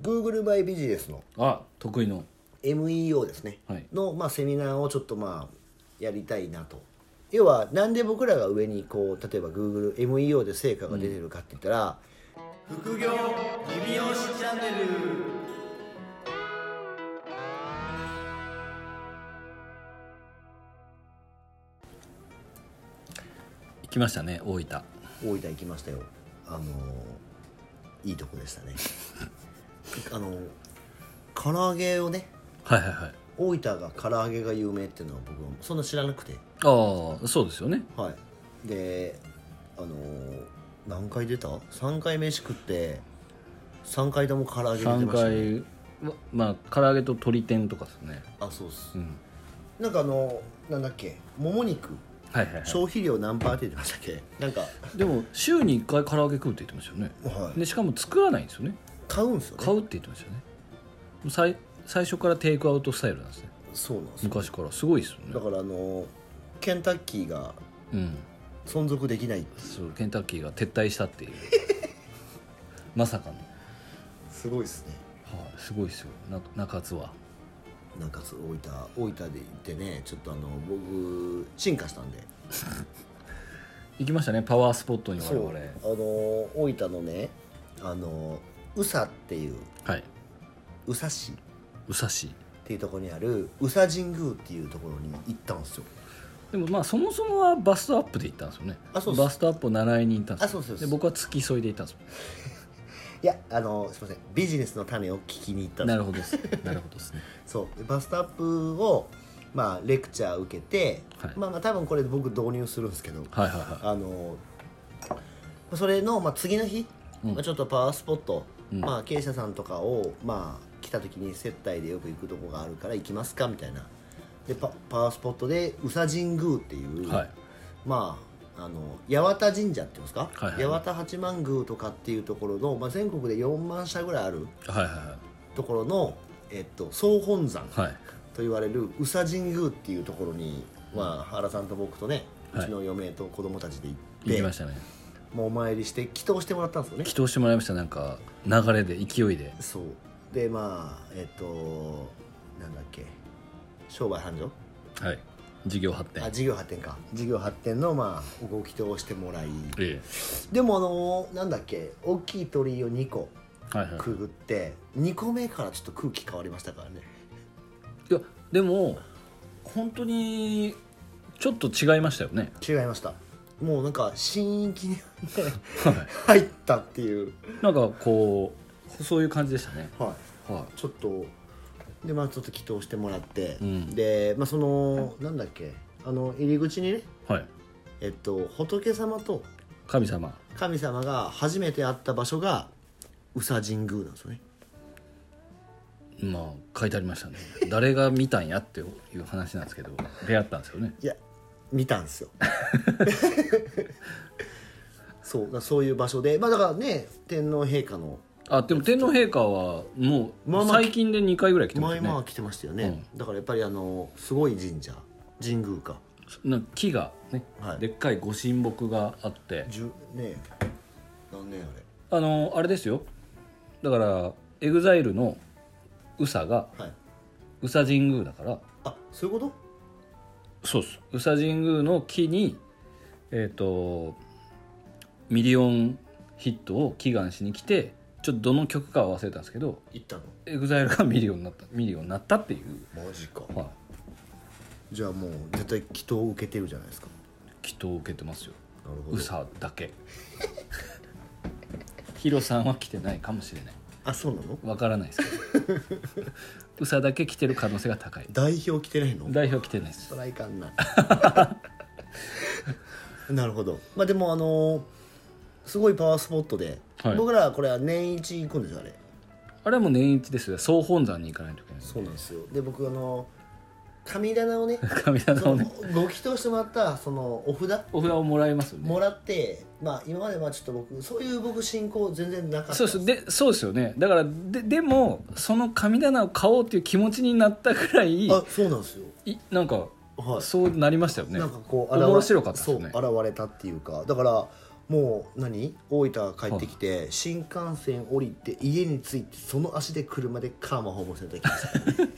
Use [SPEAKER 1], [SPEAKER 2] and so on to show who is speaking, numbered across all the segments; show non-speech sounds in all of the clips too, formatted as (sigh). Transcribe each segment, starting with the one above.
[SPEAKER 1] Google マイビジネスの
[SPEAKER 2] あ得意の
[SPEAKER 1] MEO ですね、
[SPEAKER 2] はい
[SPEAKER 1] の、まあ、セミナーをちょっとまあやりたいなと要はなんで僕らが上にこう例えば GoogleMEO で成果が出てるかって言ったら、
[SPEAKER 3] 副業リビオシチャンネル
[SPEAKER 2] 行きましたね大分
[SPEAKER 1] 大分行きましたよあのーいいとこでしたねあのー唐揚げをね
[SPEAKER 2] はいはいはい
[SPEAKER 1] 大分が唐揚げが有名っていうのは僕はそんな知らなくて
[SPEAKER 2] ああそうですよね
[SPEAKER 1] はいであのー何回出た ?3 回飯食って3回とも唐揚げ出て
[SPEAKER 2] 三
[SPEAKER 1] ましたね
[SPEAKER 2] 回ままあ唐揚げと鶏天とかですね
[SPEAKER 1] あそうっす
[SPEAKER 2] うん
[SPEAKER 1] なんかあのなんだっけもも肉
[SPEAKER 2] はいはい、は
[SPEAKER 1] 消費量何パーって言ってましたっけなんか、
[SPEAKER 2] い、でも週に1回唐揚げ食うって言ってましたよね
[SPEAKER 1] はい、
[SPEAKER 2] でしかも作らないんですよね
[SPEAKER 1] 買うんすよね
[SPEAKER 2] 買うって言ってましたよねもう最最初からテイクアウトスタイルなんですね
[SPEAKER 1] そうなんですよ
[SPEAKER 2] 昔からすごいですよ
[SPEAKER 1] だ
[SPEAKER 2] ね
[SPEAKER 1] からあのーケンタッキーが
[SPEAKER 2] うん
[SPEAKER 1] 存続できない
[SPEAKER 2] そうケンタッキーが撤退したっていう (laughs) まさかの、は
[SPEAKER 1] すごいですね
[SPEAKER 2] いすごいですよな中津は
[SPEAKER 1] なんかそう大分大分で行ってねちょっとあの僕進化したんで
[SPEAKER 2] 行きましたねパワースポットに我
[SPEAKER 1] そうあ
[SPEAKER 2] 々
[SPEAKER 1] の大分のねあの宇佐っていう
[SPEAKER 2] はい
[SPEAKER 1] 宇佐市っ
[SPEAKER 2] 宇佐市
[SPEAKER 1] ていうところにある宇佐神宮っていうところに行ったんですよ
[SPEAKER 2] でもまあそもそもはバストアップで行ったんですよね
[SPEAKER 1] あそうです
[SPEAKER 2] バストアップを習いに行ったんです
[SPEAKER 1] あ
[SPEAKER 2] よ
[SPEAKER 1] そうそうそう
[SPEAKER 2] で僕は付き添いで行ったんです
[SPEAKER 1] いやあのすいませんビジネスの種を聞きに行ったんです
[SPEAKER 2] なるほどですなるほどですね
[SPEAKER 1] そうでバストアップをまあレクチャー受けて、
[SPEAKER 2] はい
[SPEAKER 1] まあまあ多分これ僕導入するんですけど
[SPEAKER 2] はいはいは
[SPEAKER 1] あのそれの、まあ、次の日、
[SPEAKER 2] うん
[SPEAKER 1] まあ、ちょっとパワースポット、
[SPEAKER 2] うん
[SPEAKER 1] まあ、経営者さんとかを、まあ、来た時に接待でよく行くとこがあるから行きますかみたいなでパパワースポットで宇佐神宮っていう、
[SPEAKER 2] はい
[SPEAKER 1] まああの八幡神社っていうんですか、
[SPEAKER 2] はいはいはい
[SPEAKER 1] 八幡八幡宮とかっていうところの、まあ、全国で4万社ぐらいある
[SPEAKER 2] いはいは
[SPEAKER 1] ところの、えっと、総本山
[SPEAKER 2] いはいはい
[SPEAKER 1] と言われる宇佐神宮っていうところに、まあ、原さんと僕とね、
[SPEAKER 2] はいう
[SPEAKER 1] ちの嫁と子供たちで行って
[SPEAKER 2] 行きましたね
[SPEAKER 1] もうお参りして祈祷してもらったんですよね
[SPEAKER 2] 祈祷してもらいましたなんか流れで勢いで
[SPEAKER 1] そうでまあえっとなんだっけ商売繁盛
[SPEAKER 2] はい事業発展
[SPEAKER 1] あ事業発展か事業発展のまあご祈祷をしてもらい
[SPEAKER 2] え
[SPEAKER 1] でもあのなんだっけ大きい鳥居を2個
[SPEAKER 2] えはいはい
[SPEAKER 1] くぐって2個目からちょっと空気変わりましたからね
[SPEAKER 2] いやでも本当にちょっと違いましたよね
[SPEAKER 1] 違いましたもうなんか神域に (laughs)
[SPEAKER 2] は
[SPEAKER 1] 入ったっていう
[SPEAKER 2] いなんかこうそういう感じでしたね
[SPEAKER 1] はい
[SPEAKER 2] は
[SPEAKER 1] ちょっとでまあちょっと祈祷してもらって、
[SPEAKER 2] うん
[SPEAKER 1] でまあそのなんだっけあの入り口にね
[SPEAKER 2] い、はい、
[SPEAKER 1] えっと仏様と
[SPEAKER 2] 神様
[SPEAKER 1] 神様が初めて会った場所が宇佐神宮なんですよね
[SPEAKER 2] まあ書いてありましたね誰が見たんやっていう話なんです (laughs) けど出会ったんですよね
[SPEAKER 1] いや見たん
[SPEAKER 2] (laughs)
[SPEAKER 1] ですよそうだからそういう場所でまあだからね天皇陛下の
[SPEAKER 2] あでも天皇陛下はも
[SPEAKER 1] まあま
[SPEAKER 2] う
[SPEAKER 1] あ
[SPEAKER 2] 最近で2回ぐらい来てます
[SPEAKER 1] 前
[SPEAKER 2] よ
[SPEAKER 1] 々
[SPEAKER 2] ね
[SPEAKER 1] は来てましたよね、だからやっぱりあのすごい神社神宮か
[SPEAKER 2] なんか木がね、
[SPEAKER 1] はい
[SPEAKER 2] でっかい御神木があって
[SPEAKER 1] じゅね何年あ
[SPEAKER 2] あのあれですよだからエグザイルの宇佐が
[SPEAKER 1] れはい
[SPEAKER 2] 宇佐神宮だから
[SPEAKER 1] あそういうこと
[SPEAKER 2] そうです宇佐神宮の木にえっ、とミリオンヒットを祈願しに来てちょっとどの曲かは忘れたんですけど
[SPEAKER 1] 行ったの
[SPEAKER 2] エグザイルがミリオンになったミリオンになったっていう、
[SPEAKER 1] マジか
[SPEAKER 2] はい、
[SPEAKER 1] じゃあもう絶対祈祷を受けてるじゃないですか
[SPEAKER 2] 祈祷を受けてますよ
[SPEAKER 1] なるほど
[SPEAKER 2] 宇佐だけヒロさんは来てないかもしれない
[SPEAKER 1] あそうなの
[SPEAKER 2] わからないですけど宇佐だけ来てる可能性が高い
[SPEAKER 1] 代表来てないの
[SPEAKER 2] 代表来てないで
[SPEAKER 1] そ
[SPEAKER 2] す
[SPEAKER 1] らいかんな (laughs) なるほどまあでもあのーすごいパワースポットで、
[SPEAKER 2] はい
[SPEAKER 1] 僕らはこれは年一行くんですよあれ
[SPEAKER 2] あれはもう年一ですよ総本山に行かないといけない
[SPEAKER 1] そうなんですよで僕あのー (laughs) 神棚をね
[SPEAKER 2] 神棚をね
[SPEAKER 1] そのご祈祷してもらったそのお札
[SPEAKER 2] お札をもらいますよね
[SPEAKER 1] もらってまあ今まではちょっと僕そういう僕信仰全然なかった
[SPEAKER 2] そうですでそうですよねだからででもその神棚を買おうっていう気持ちになったくらい
[SPEAKER 1] あそうなんですよ
[SPEAKER 2] いなんか、
[SPEAKER 1] はい
[SPEAKER 2] そうなりましたよね
[SPEAKER 1] なんかこう
[SPEAKER 2] 面白かったですよね
[SPEAKER 1] そう現れたっていうかだからもう何大分帰ってきて、新幹線降りて家に着いてその足で車でカーマホームセンター行きま
[SPEAKER 2] (laughs)
[SPEAKER 1] した
[SPEAKER 2] い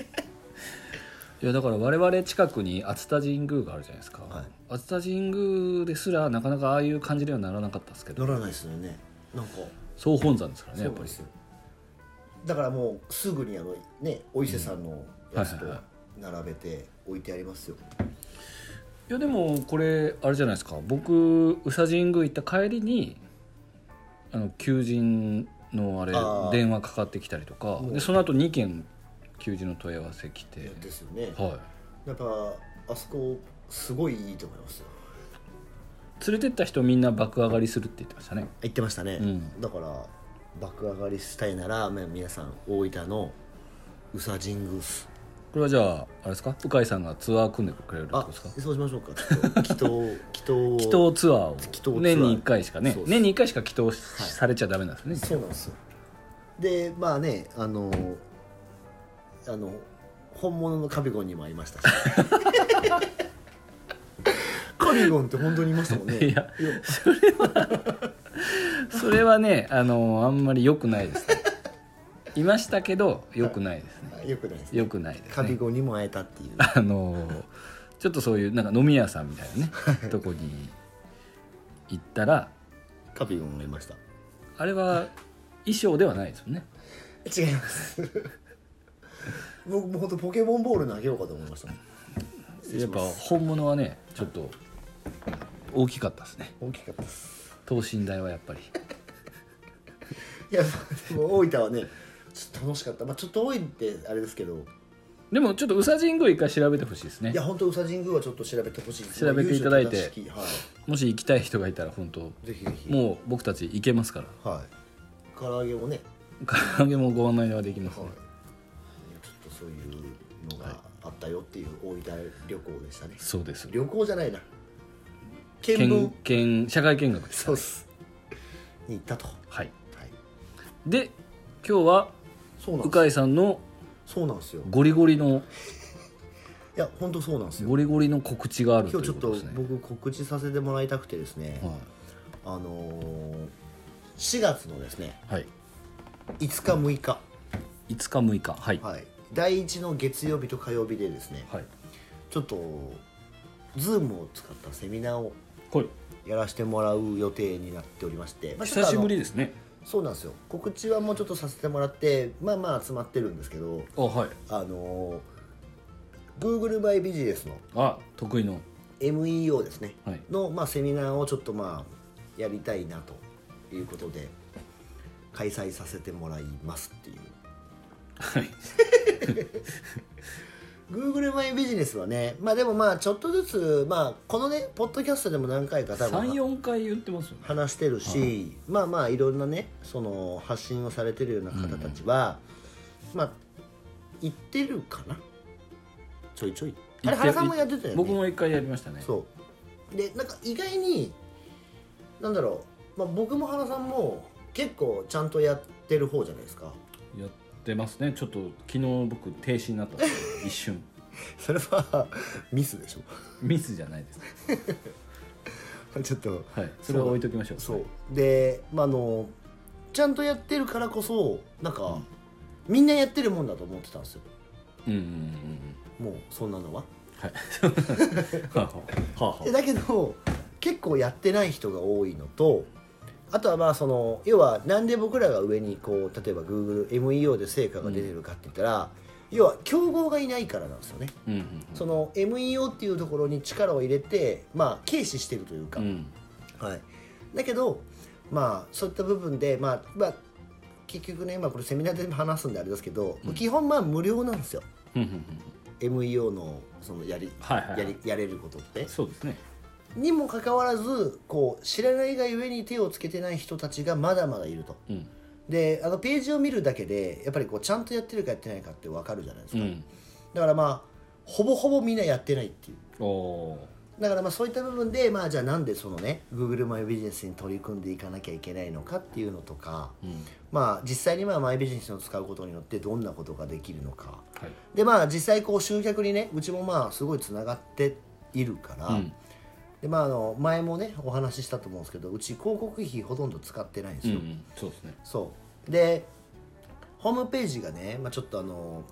[SPEAKER 2] やだから我々近くに熱田神宮があるじゃないですか、
[SPEAKER 1] はい
[SPEAKER 2] 熱田神宮ですらなかなかああいう感じにはならなかったですけど
[SPEAKER 1] 乗らないですよねなんか
[SPEAKER 2] 総本山ですからねやっぱり
[SPEAKER 1] そうだからもうすぐにあのねお伊勢さんのやつと
[SPEAKER 2] うんはい
[SPEAKER 1] 並べて置いてありますよ、
[SPEAKER 2] いやでもこれあれじゃないですか僕宇佐神宮行った帰りにあの求人のあれ
[SPEAKER 1] あー
[SPEAKER 2] 電話かかってきたりとか
[SPEAKER 1] もう
[SPEAKER 2] でその後2件求人の問い合わせ来て
[SPEAKER 1] ですよね
[SPEAKER 2] は
[SPEAKER 1] やっぱあそこすごいいいと思いますよ
[SPEAKER 2] い連れてった人みんな爆上がりするって言ってましたね
[SPEAKER 1] 言ってましたね、
[SPEAKER 2] うん
[SPEAKER 1] だから爆上がりしたいならまあ皆さん大分の宇佐神宮っす
[SPEAKER 2] これはじゃああれですか鵜飼さんがツアー組んでくれるってこ
[SPEAKER 1] あ
[SPEAKER 2] とですか
[SPEAKER 1] そうしましょうか祈祷 (laughs) 祈祷
[SPEAKER 2] 祈祷ツアーを
[SPEAKER 1] 祈祷ツアー
[SPEAKER 2] 年に1回しかね
[SPEAKER 1] そうそう
[SPEAKER 2] 年に1回しか祈祷し
[SPEAKER 1] はい
[SPEAKER 2] されちゃダメなんですね
[SPEAKER 1] そうなんですよでまあねあのあの本物のカビゴンにも会いました
[SPEAKER 2] (laughs)
[SPEAKER 1] しカビゴンって本当にいましたもんね
[SPEAKER 2] いやそれはねあのあんまり良くないですねいましたけど良くないですね
[SPEAKER 1] あよくないですね
[SPEAKER 2] 良くないです
[SPEAKER 1] カビ
[SPEAKER 2] ね
[SPEAKER 1] ゴンにも会えたっていう
[SPEAKER 2] あのちょっとそういうなんか飲み屋さんみたいなねとこに行ったら
[SPEAKER 1] カビゴンがいました
[SPEAKER 2] あれは衣装ではないですよね
[SPEAKER 1] 違います僕もう本当ポケモンボール投げようかと思いましたもん失礼
[SPEAKER 2] や
[SPEAKER 1] し
[SPEAKER 2] っぱ
[SPEAKER 1] ます
[SPEAKER 2] 本物はねちょっと大きかったですね
[SPEAKER 1] 大きかったです
[SPEAKER 2] 等身大はやっぱり
[SPEAKER 1] いやでも大分はねちょっと楽しかったまあちょっと多いってあれですけど
[SPEAKER 2] でもちょっと宇佐神宮一回調べてほしいですね
[SPEAKER 1] いや本当宇佐神宮はちょっと調べてほしいです
[SPEAKER 2] 調べていただいて
[SPEAKER 1] 由緒正しきはい
[SPEAKER 2] もし行きたい人がいたら本当
[SPEAKER 1] ぜひぜひ
[SPEAKER 2] もう僕たち行けますから
[SPEAKER 1] はい唐揚げもね、
[SPEAKER 2] 唐揚げもご案内はできます
[SPEAKER 1] はい
[SPEAKER 2] ね、
[SPEAKER 1] ちょっとそういうのがあったよっていう大分旅行でしたね、
[SPEAKER 2] そうです
[SPEAKER 1] 旅行じゃないな見聞
[SPEAKER 2] 見見社会見学です
[SPEAKER 1] そうっすに行ったと、は
[SPEAKER 2] はい
[SPEAKER 1] い、
[SPEAKER 2] で今日は
[SPEAKER 1] そうなん
[SPEAKER 2] 鵜
[SPEAKER 1] です
[SPEAKER 2] 飼さんの
[SPEAKER 1] そうなんですよ
[SPEAKER 2] ゴリゴリの
[SPEAKER 1] いや本当そうなんですよ
[SPEAKER 2] ゴリゴリの告知があると
[SPEAKER 1] 今
[SPEAKER 2] い
[SPEAKER 1] 日ちょ
[SPEAKER 2] う
[SPEAKER 1] っ
[SPEAKER 2] こと
[SPEAKER 1] と
[SPEAKER 2] ですね
[SPEAKER 1] 僕告知させてもらいたくてですね、
[SPEAKER 2] は
[SPEAKER 1] あのー、4月のですね
[SPEAKER 2] い、はい、
[SPEAKER 1] 5日6日、
[SPEAKER 2] 5日6日はいは
[SPEAKER 1] はい、第1の月曜日と火曜日でですね、
[SPEAKER 2] い
[SPEAKER 1] ちょっとズームを使ったセミナーを
[SPEAKER 2] はい
[SPEAKER 1] やらせてもらう予定になっておりまして、まあ、ちょっ
[SPEAKER 2] 久
[SPEAKER 1] とあ
[SPEAKER 2] し
[SPEAKER 1] の
[SPEAKER 2] ぶりですね
[SPEAKER 1] そうなんですよ告知はもうちょっとさせてもらってまあまあ集まってるんですけど
[SPEAKER 2] あはい
[SPEAKER 1] あのー Google バイビジネスの
[SPEAKER 2] あ得意の
[SPEAKER 1] MEO ですね、
[SPEAKER 2] はい
[SPEAKER 1] の、まあ、セミナーをちょっとまあやりたいなということで開催させてもらいますっていう
[SPEAKER 2] はい
[SPEAKER 1] (laughs) Google マイビジネスはねまあでもまあちょっとずつまあこのねポッドキャストでも何回か多分
[SPEAKER 2] 34回言ってますよね
[SPEAKER 1] 話してるし、まあまあいろんなねその発信をされてるような方たちは、まあ言ってるかなちょいちょいあれ原さんもやってたよね
[SPEAKER 2] 僕も1回やりましたね
[SPEAKER 1] そうでなんか意外になんだろう、まあ、僕も原さんも結構ちゃんとやってる方じゃないですか
[SPEAKER 2] やってますねちょっと昨日僕停止になったんですよ一瞬
[SPEAKER 1] (laughs) それはミスでし
[SPEAKER 2] ミスじゃないです
[SPEAKER 1] ょ (laughs) ちょっと
[SPEAKER 2] はいそれは置いときましょう
[SPEAKER 1] そうで、まあ、あのちゃんとやってるからこそなんか、みんなやってるもんだと思ってたんですよ
[SPEAKER 2] うんうんうんうん
[SPEAKER 1] もうそんなのは
[SPEAKER 2] はい (laughs) はあはあはあ
[SPEAKER 1] でだけど結構やってない人が多いのとあとはまあその要はなんで僕らが上にこう例えば GoogleMEO で成果が出てるかって言ったら、要は競合がいないからなんですよね、
[SPEAKER 2] うんうんうん
[SPEAKER 1] その MEO っていうところに力を入れてまあ軽視してるというか、
[SPEAKER 2] うん
[SPEAKER 1] はい、だけどまあそういった部分でまあ、まあ、結局ね、まあ、これセミナーで話すんであれですけど、基本まあ無料なんですよ
[SPEAKER 2] うんうんうん
[SPEAKER 1] MEO のそのやり,、
[SPEAKER 2] はいはいはい
[SPEAKER 1] やりやれることって。
[SPEAKER 2] そうですね
[SPEAKER 1] にもかかわらずこう知らないがゆえに手をつけてない人たちがまだまだいると
[SPEAKER 2] うん
[SPEAKER 1] であのページを見るだけでやっぱりこうちゃんとやってるかやってないかって分かるじゃないです
[SPEAKER 2] う
[SPEAKER 1] か、
[SPEAKER 2] ん
[SPEAKER 1] だからまあほぼほぼみんなやってないっていう
[SPEAKER 2] おお
[SPEAKER 1] だからまあそういった部分でまあじゃあなんでそのね Google マイビジネスに取り組んでいかなきゃいけないのかっていうのとか、
[SPEAKER 2] ーうん
[SPEAKER 1] まあ実際にまあマイビジネスを使うことによってどんなことができるのか
[SPEAKER 2] はい
[SPEAKER 1] でまあ実際こう集客にねうちもまあすごいつながっているから、
[SPEAKER 2] うん
[SPEAKER 1] でまあ、あの前もねお話ししたと思うんですけどうち広告費ほとんど使ってないんです
[SPEAKER 2] うんう
[SPEAKER 1] よ、
[SPEAKER 2] んそうですね
[SPEAKER 1] そうでホームページがね、まあ、ちょっとあの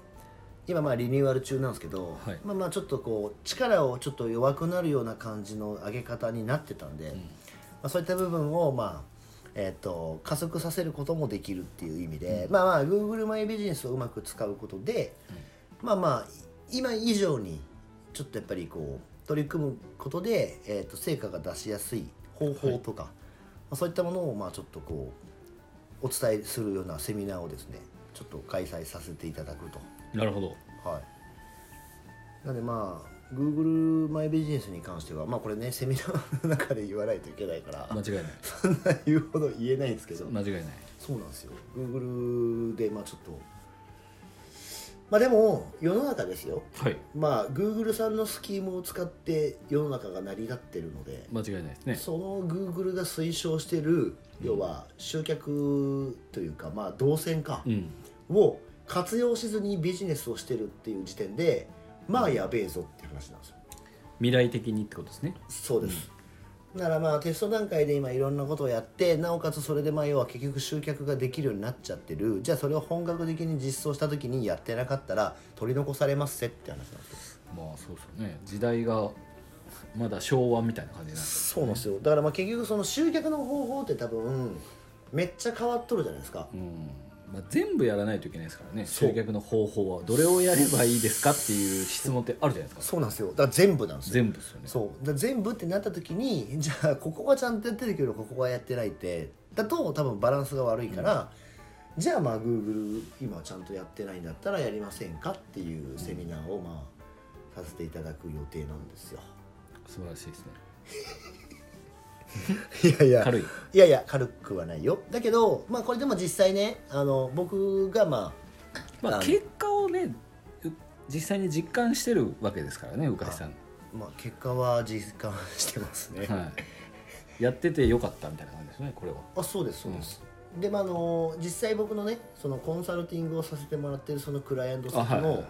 [SPEAKER 1] 今まあリニューアル中なんですけど、
[SPEAKER 2] はい
[SPEAKER 1] まあまあちょっとこう力をちょっと弱くなるような感じの上げ方になってたんで、まあ、そういった部分をまあえっと加速させることもできるっていう意味で、まあまあ Google マイビジネスをうまく使うことで、まあまあ今以上にちょっとやっぱりこう取り組むことで、えっと成果が出しやすい方法とか、まあ、そういったものをまあちょっとこうお伝えするようなセミナーをですねちょっと開催させていただくと
[SPEAKER 2] なるほど
[SPEAKER 1] はいなのでまあ Google マイビジネスに関してはまあこれねセミナーの中で言わないといけないから、
[SPEAKER 2] 間違いない
[SPEAKER 1] そんな言うほど言えないんですけど
[SPEAKER 2] 間違いない
[SPEAKER 1] そうなんですよ Google でまあちょっとまあでも世の中ですよ
[SPEAKER 2] はい
[SPEAKER 1] まあ Google さんのスキームを使って世の中が成り立ってるので、
[SPEAKER 2] 間違いないですね
[SPEAKER 1] そのグーグルが推奨してる要は集客というか、まあ、動線化
[SPEAKER 2] うん
[SPEAKER 1] を活用しずにビジネスをしてるっていう時点でまあやべえぞって話なんですよ
[SPEAKER 2] 未来的にってことですね
[SPEAKER 1] そうです、ならまあテスト段階で今いろんなことをやってなおかつそれでまあ要は結局集客ができるようになっちゃってるじゃあそれを本格的に実装した時にやってなかったら取り残されますせって話なんですよ
[SPEAKER 2] まあそうですよね時代がまだ昭和みたいな感じなんです
[SPEAKER 1] そうなんですよだからまあ結局その集客の方法って多分めっちゃ変わっとるじゃないですか、
[SPEAKER 2] うんまあ、全部やらないといけないですからね
[SPEAKER 1] そう
[SPEAKER 2] 集客の方法はどれをやればいいですかっていう質問ってあるじゃないですか
[SPEAKER 1] そうなんですよだから全部なんですよ
[SPEAKER 2] 全部ですよね
[SPEAKER 1] そうだから全部ってなった時に (laughs) じゃあここはちゃんとやってるけどここはやってないってだと多分バランスが悪いから、じゃあまあ Google 今ちゃんとやってないんだったらやりませんかっていうセミナーをまあさせていただく予定なんですよ
[SPEAKER 2] 素晴らしいですね
[SPEAKER 1] (laughs) いやいや
[SPEAKER 2] 軽い
[SPEAKER 1] いやいや軽くはないよだけどまあこれでも実際ねあの僕がま
[SPEAKER 2] ま
[SPEAKER 1] あ
[SPEAKER 2] あ
[SPEAKER 1] の
[SPEAKER 2] 結果をねう実際に実感してるわけですからね鵜飼さん
[SPEAKER 1] あまあ結果は実感してますね、
[SPEAKER 2] はいやっててよかったみたいな感じですねこれは
[SPEAKER 1] あそうですそうです、でまああの実際僕のねそのコンサルティングをさせてもらってるそのクライアント
[SPEAKER 2] あは
[SPEAKER 1] 先
[SPEAKER 2] いはい
[SPEAKER 1] も
[SPEAKER 2] は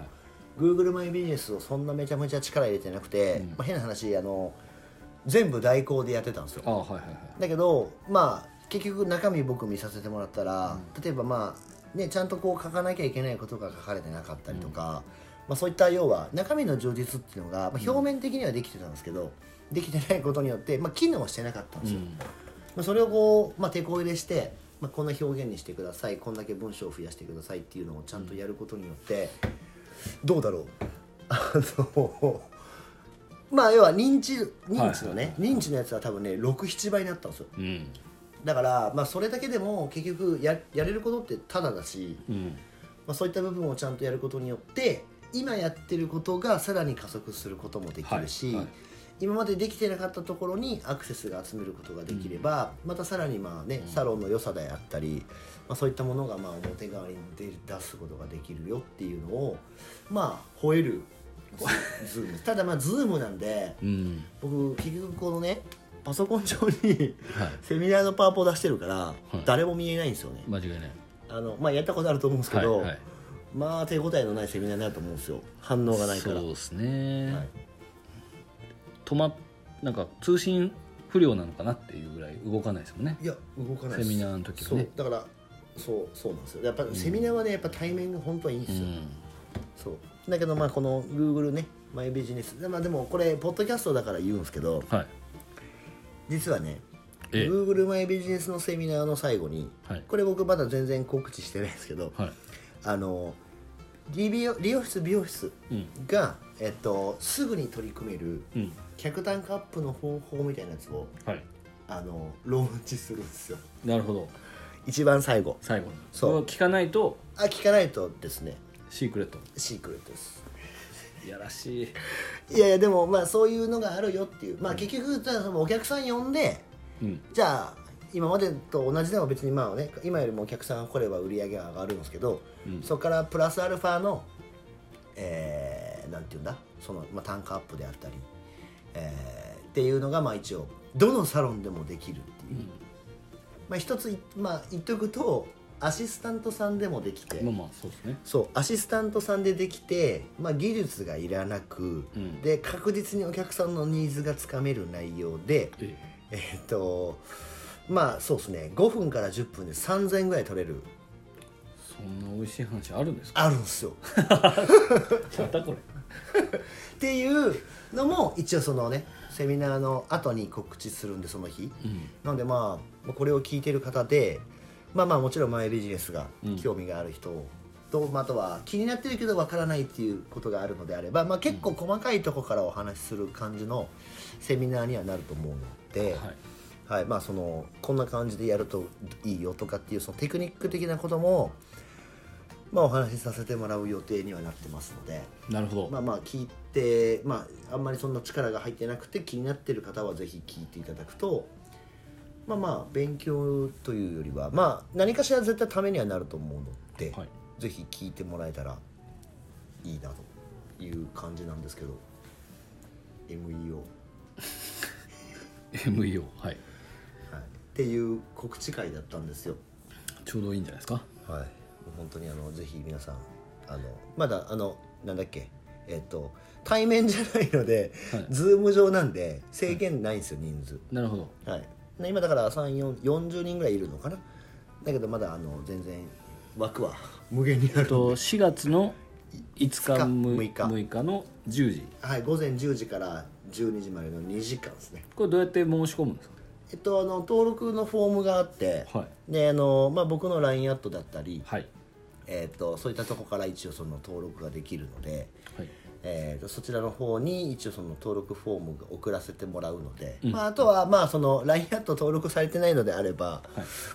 [SPEAKER 1] Google マイビジネスをそんなめちゃめちゃ力入れてなくて、
[SPEAKER 2] うん
[SPEAKER 1] まあ、変な話あの全部代行でやってたんですよ
[SPEAKER 2] あはいはいはい
[SPEAKER 1] だけどまあ結局中身僕見させてもらったら、例えばまあねちゃんとこう書かなきゃいけないことが書かれてなかったりとか、まあ、そういった要は中身の充実っていうのが、まあ、表面的にはできてたんですけど、できてないことによって、まあ、機能してなかったんですよ、まあ、それをこう、まあ、手こ入れして、まあ、こんな表現にしてくださいこんだけ文章を増やしてくださいっていうのをちゃんとやることによって、どうだろ (laughs) うあのまあ要は認知認知のね、認知のやつは多分ね67倍になったんですよ
[SPEAKER 2] うん
[SPEAKER 1] だから、まあ、それだけでも結局ややれることってただだし、
[SPEAKER 2] うん
[SPEAKER 1] まあ、そういった部分をちゃんとやることによって今やってることがさらに加速することもできるし、
[SPEAKER 2] はいはい
[SPEAKER 1] 今までできてなかったところにアクセスが集めることができれば、またさらにまあ、ね、サロンの良さであったり、まあ、そういったものがまあ表側に出出すことができるよっていうのをまあ吠えるズズームただまあズームなんで
[SPEAKER 2] うん
[SPEAKER 1] 僕結局このねパソコン上に
[SPEAKER 2] はい
[SPEAKER 1] セミナーのパワポを出してるから
[SPEAKER 2] い
[SPEAKER 1] 誰も見えないんですよね、
[SPEAKER 2] 間違いない
[SPEAKER 1] あのまあ、やったことあると思うんですけど、
[SPEAKER 2] はいはい
[SPEAKER 1] まあ手応えのないセミナーになると思うんですよ反応がないから
[SPEAKER 2] そうですね、
[SPEAKER 1] はい
[SPEAKER 2] 止まっなんか通信不良なのかなっていうぐらい動かないですもんね
[SPEAKER 1] いや動かないです
[SPEAKER 2] セミナーの時はね
[SPEAKER 1] そうだからそうそうなんですよやっぱセミナーはねやっぱ対面が本当はいいんで
[SPEAKER 2] う
[SPEAKER 1] すよ、
[SPEAKER 2] ん
[SPEAKER 1] そうだけどまあこの Google ねマイビジネスで,、まあ、でもこれポッドキャストだから言うんですけど
[SPEAKER 2] はい
[SPEAKER 1] 実はね
[SPEAKER 2] ええ
[SPEAKER 1] Google マイビジネスのセミナーの最後に、
[SPEAKER 2] はい
[SPEAKER 1] これ僕まだ全然告知してないんですけど、
[SPEAKER 2] はい
[SPEAKER 1] あの理美容理容室美容室
[SPEAKER 2] うん
[SPEAKER 1] が、えっと、すぐに取り組める
[SPEAKER 2] うん
[SPEAKER 1] 客単価アップの方法みたいなやつを
[SPEAKER 2] はい
[SPEAKER 1] あのローンチするんですよ
[SPEAKER 2] なるほど
[SPEAKER 1] 一番最後
[SPEAKER 2] 最後に
[SPEAKER 1] そう
[SPEAKER 2] れは聞かないと
[SPEAKER 1] あ聞かないとですね
[SPEAKER 2] シークレット
[SPEAKER 1] シークレットです
[SPEAKER 2] いやらしい、
[SPEAKER 1] いやいやでもまあそういうのがあるよっていうまあ結局じゃあそのお客さん呼んで
[SPEAKER 2] うん、
[SPEAKER 1] じゃあ今までと同じでも別にまあね今よりもお客さんが来れば売り上げが上がるんですけど、
[SPEAKER 2] うん
[SPEAKER 1] そこからプラスアルファのえー、なんて言うんだその、まあ、単価アップであったり、えーっていうのがまあ一応どのサロンでもできるっていう、まあ一ついまあ言っとくとアシスタントさんでもできて
[SPEAKER 2] まあまあそうですね
[SPEAKER 1] そうアシスタントさんでできて、まあ、技術がいらなく、
[SPEAKER 2] うん
[SPEAKER 1] で確実にお客さんのニーズがつかめる内容で
[SPEAKER 2] え
[SPEAKER 1] えっとまあそうですね5分から10分で3000円ぐらい取れる
[SPEAKER 2] えそんな美味しい話あるんですか
[SPEAKER 1] あるんですよ
[SPEAKER 2] またこれ
[SPEAKER 1] っていうのも一応そのねセミナーの後に告知するんでその日
[SPEAKER 2] うん
[SPEAKER 1] なのでまあこれを聞いてる方でまあまあもちろんマイビジネスが
[SPEAKER 2] うん
[SPEAKER 1] 興味がある人と、まああとは気になってるけどわからないっていうことがあるのであれば、まあ、結構細かいとこからお話しする感じのセミナーにはなると思うので、
[SPEAKER 2] はい
[SPEAKER 1] はいまあ、そのこんな感じでやるといいよとかっていうそのテクニック的なことも、まあ、お話しさせてもらう予定にはなってますので。
[SPEAKER 2] なるほど、
[SPEAKER 1] まあまあ聞いて、まあ、あんまりそんな力が入ってなくて気になってる方はぜひ聞いていただくとまあまあ勉強というよりはまあ何かしら絶対ためにはなると思うので、
[SPEAKER 2] はい
[SPEAKER 1] ぜひ聞いてもらえたらいいなという感じなんですけど MEO、はい、
[SPEAKER 2] MEO はい
[SPEAKER 1] っていう告知会だったんですよ。
[SPEAKER 2] ちょうどいいんじゃないですか
[SPEAKER 1] はい、もう本当にあのぜひ皆さんあのまだあのなんだっけえっと対面じゃないので、
[SPEAKER 2] はい
[SPEAKER 1] ズーム上なんで制限ないんですよ、人数
[SPEAKER 2] なるほど
[SPEAKER 1] はいね今だから3440人ぐらいいるのかなだけどまだあの全然枠は無限にあ
[SPEAKER 2] え
[SPEAKER 1] る
[SPEAKER 2] っと4月の5日む
[SPEAKER 1] 6日
[SPEAKER 2] 6日の10時
[SPEAKER 1] はい午前10時から12時までの2時間ですね
[SPEAKER 2] これどうやって申し込むんです
[SPEAKER 1] えっとあの登録のフォームがあって、
[SPEAKER 2] かはい
[SPEAKER 1] であの、まあ、僕の LINE アットだったり、
[SPEAKER 2] はい
[SPEAKER 1] えっとそういったとこから一応その登録ができるので
[SPEAKER 2] はい
[SPEAKER 1] えー、とそちらの方に一応その登録フォームが送らせてもらうので、まあ、あとはまあその LINE アット登録されてないのであれば、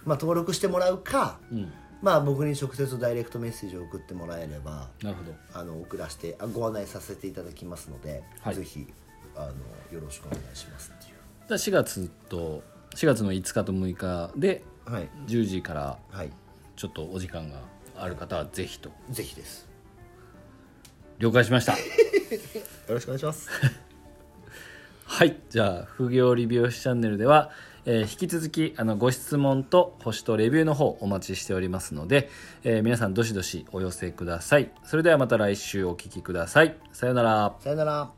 [SPEAKER 1] まあ、登録してもらうか、
[SPEAKER 2] うん
[SPEAKER 1] まあ、僕に直接ダイレクトメッセージを送ってもらえれば
[SPEAKER 2] なるほど
[SPEAKER 1] あの送らせてあご案内させていただきますので、
[SPEAKER 2] はい
[SPEAKER 1] ぜひあのよろしくお願いしますっていう
[SPEAKER 2] じゃあ4月と4月の5日と6日で
[SPEAKER 1] はい、
[SPEAKER 2] 10時から
[SPEAKER 1] はい、
[SPEAKER 2] ちょっとお時間がある方はぜひと
[SPEAKER 1] ぜひです
[SPEAKER 2] 了解しました
[SPEAKER 1] よろしくお願いします
[SPEAKER 2] はいじゃあ副業理美容師チャンネルでは、えー引き続きあのご質問と星とレビューの方お待ちしておりますので、えー皆さんどしどしお寄せくださいそれではまた来週お聞きくださいさようなら
[SPEAKER 1] さよなら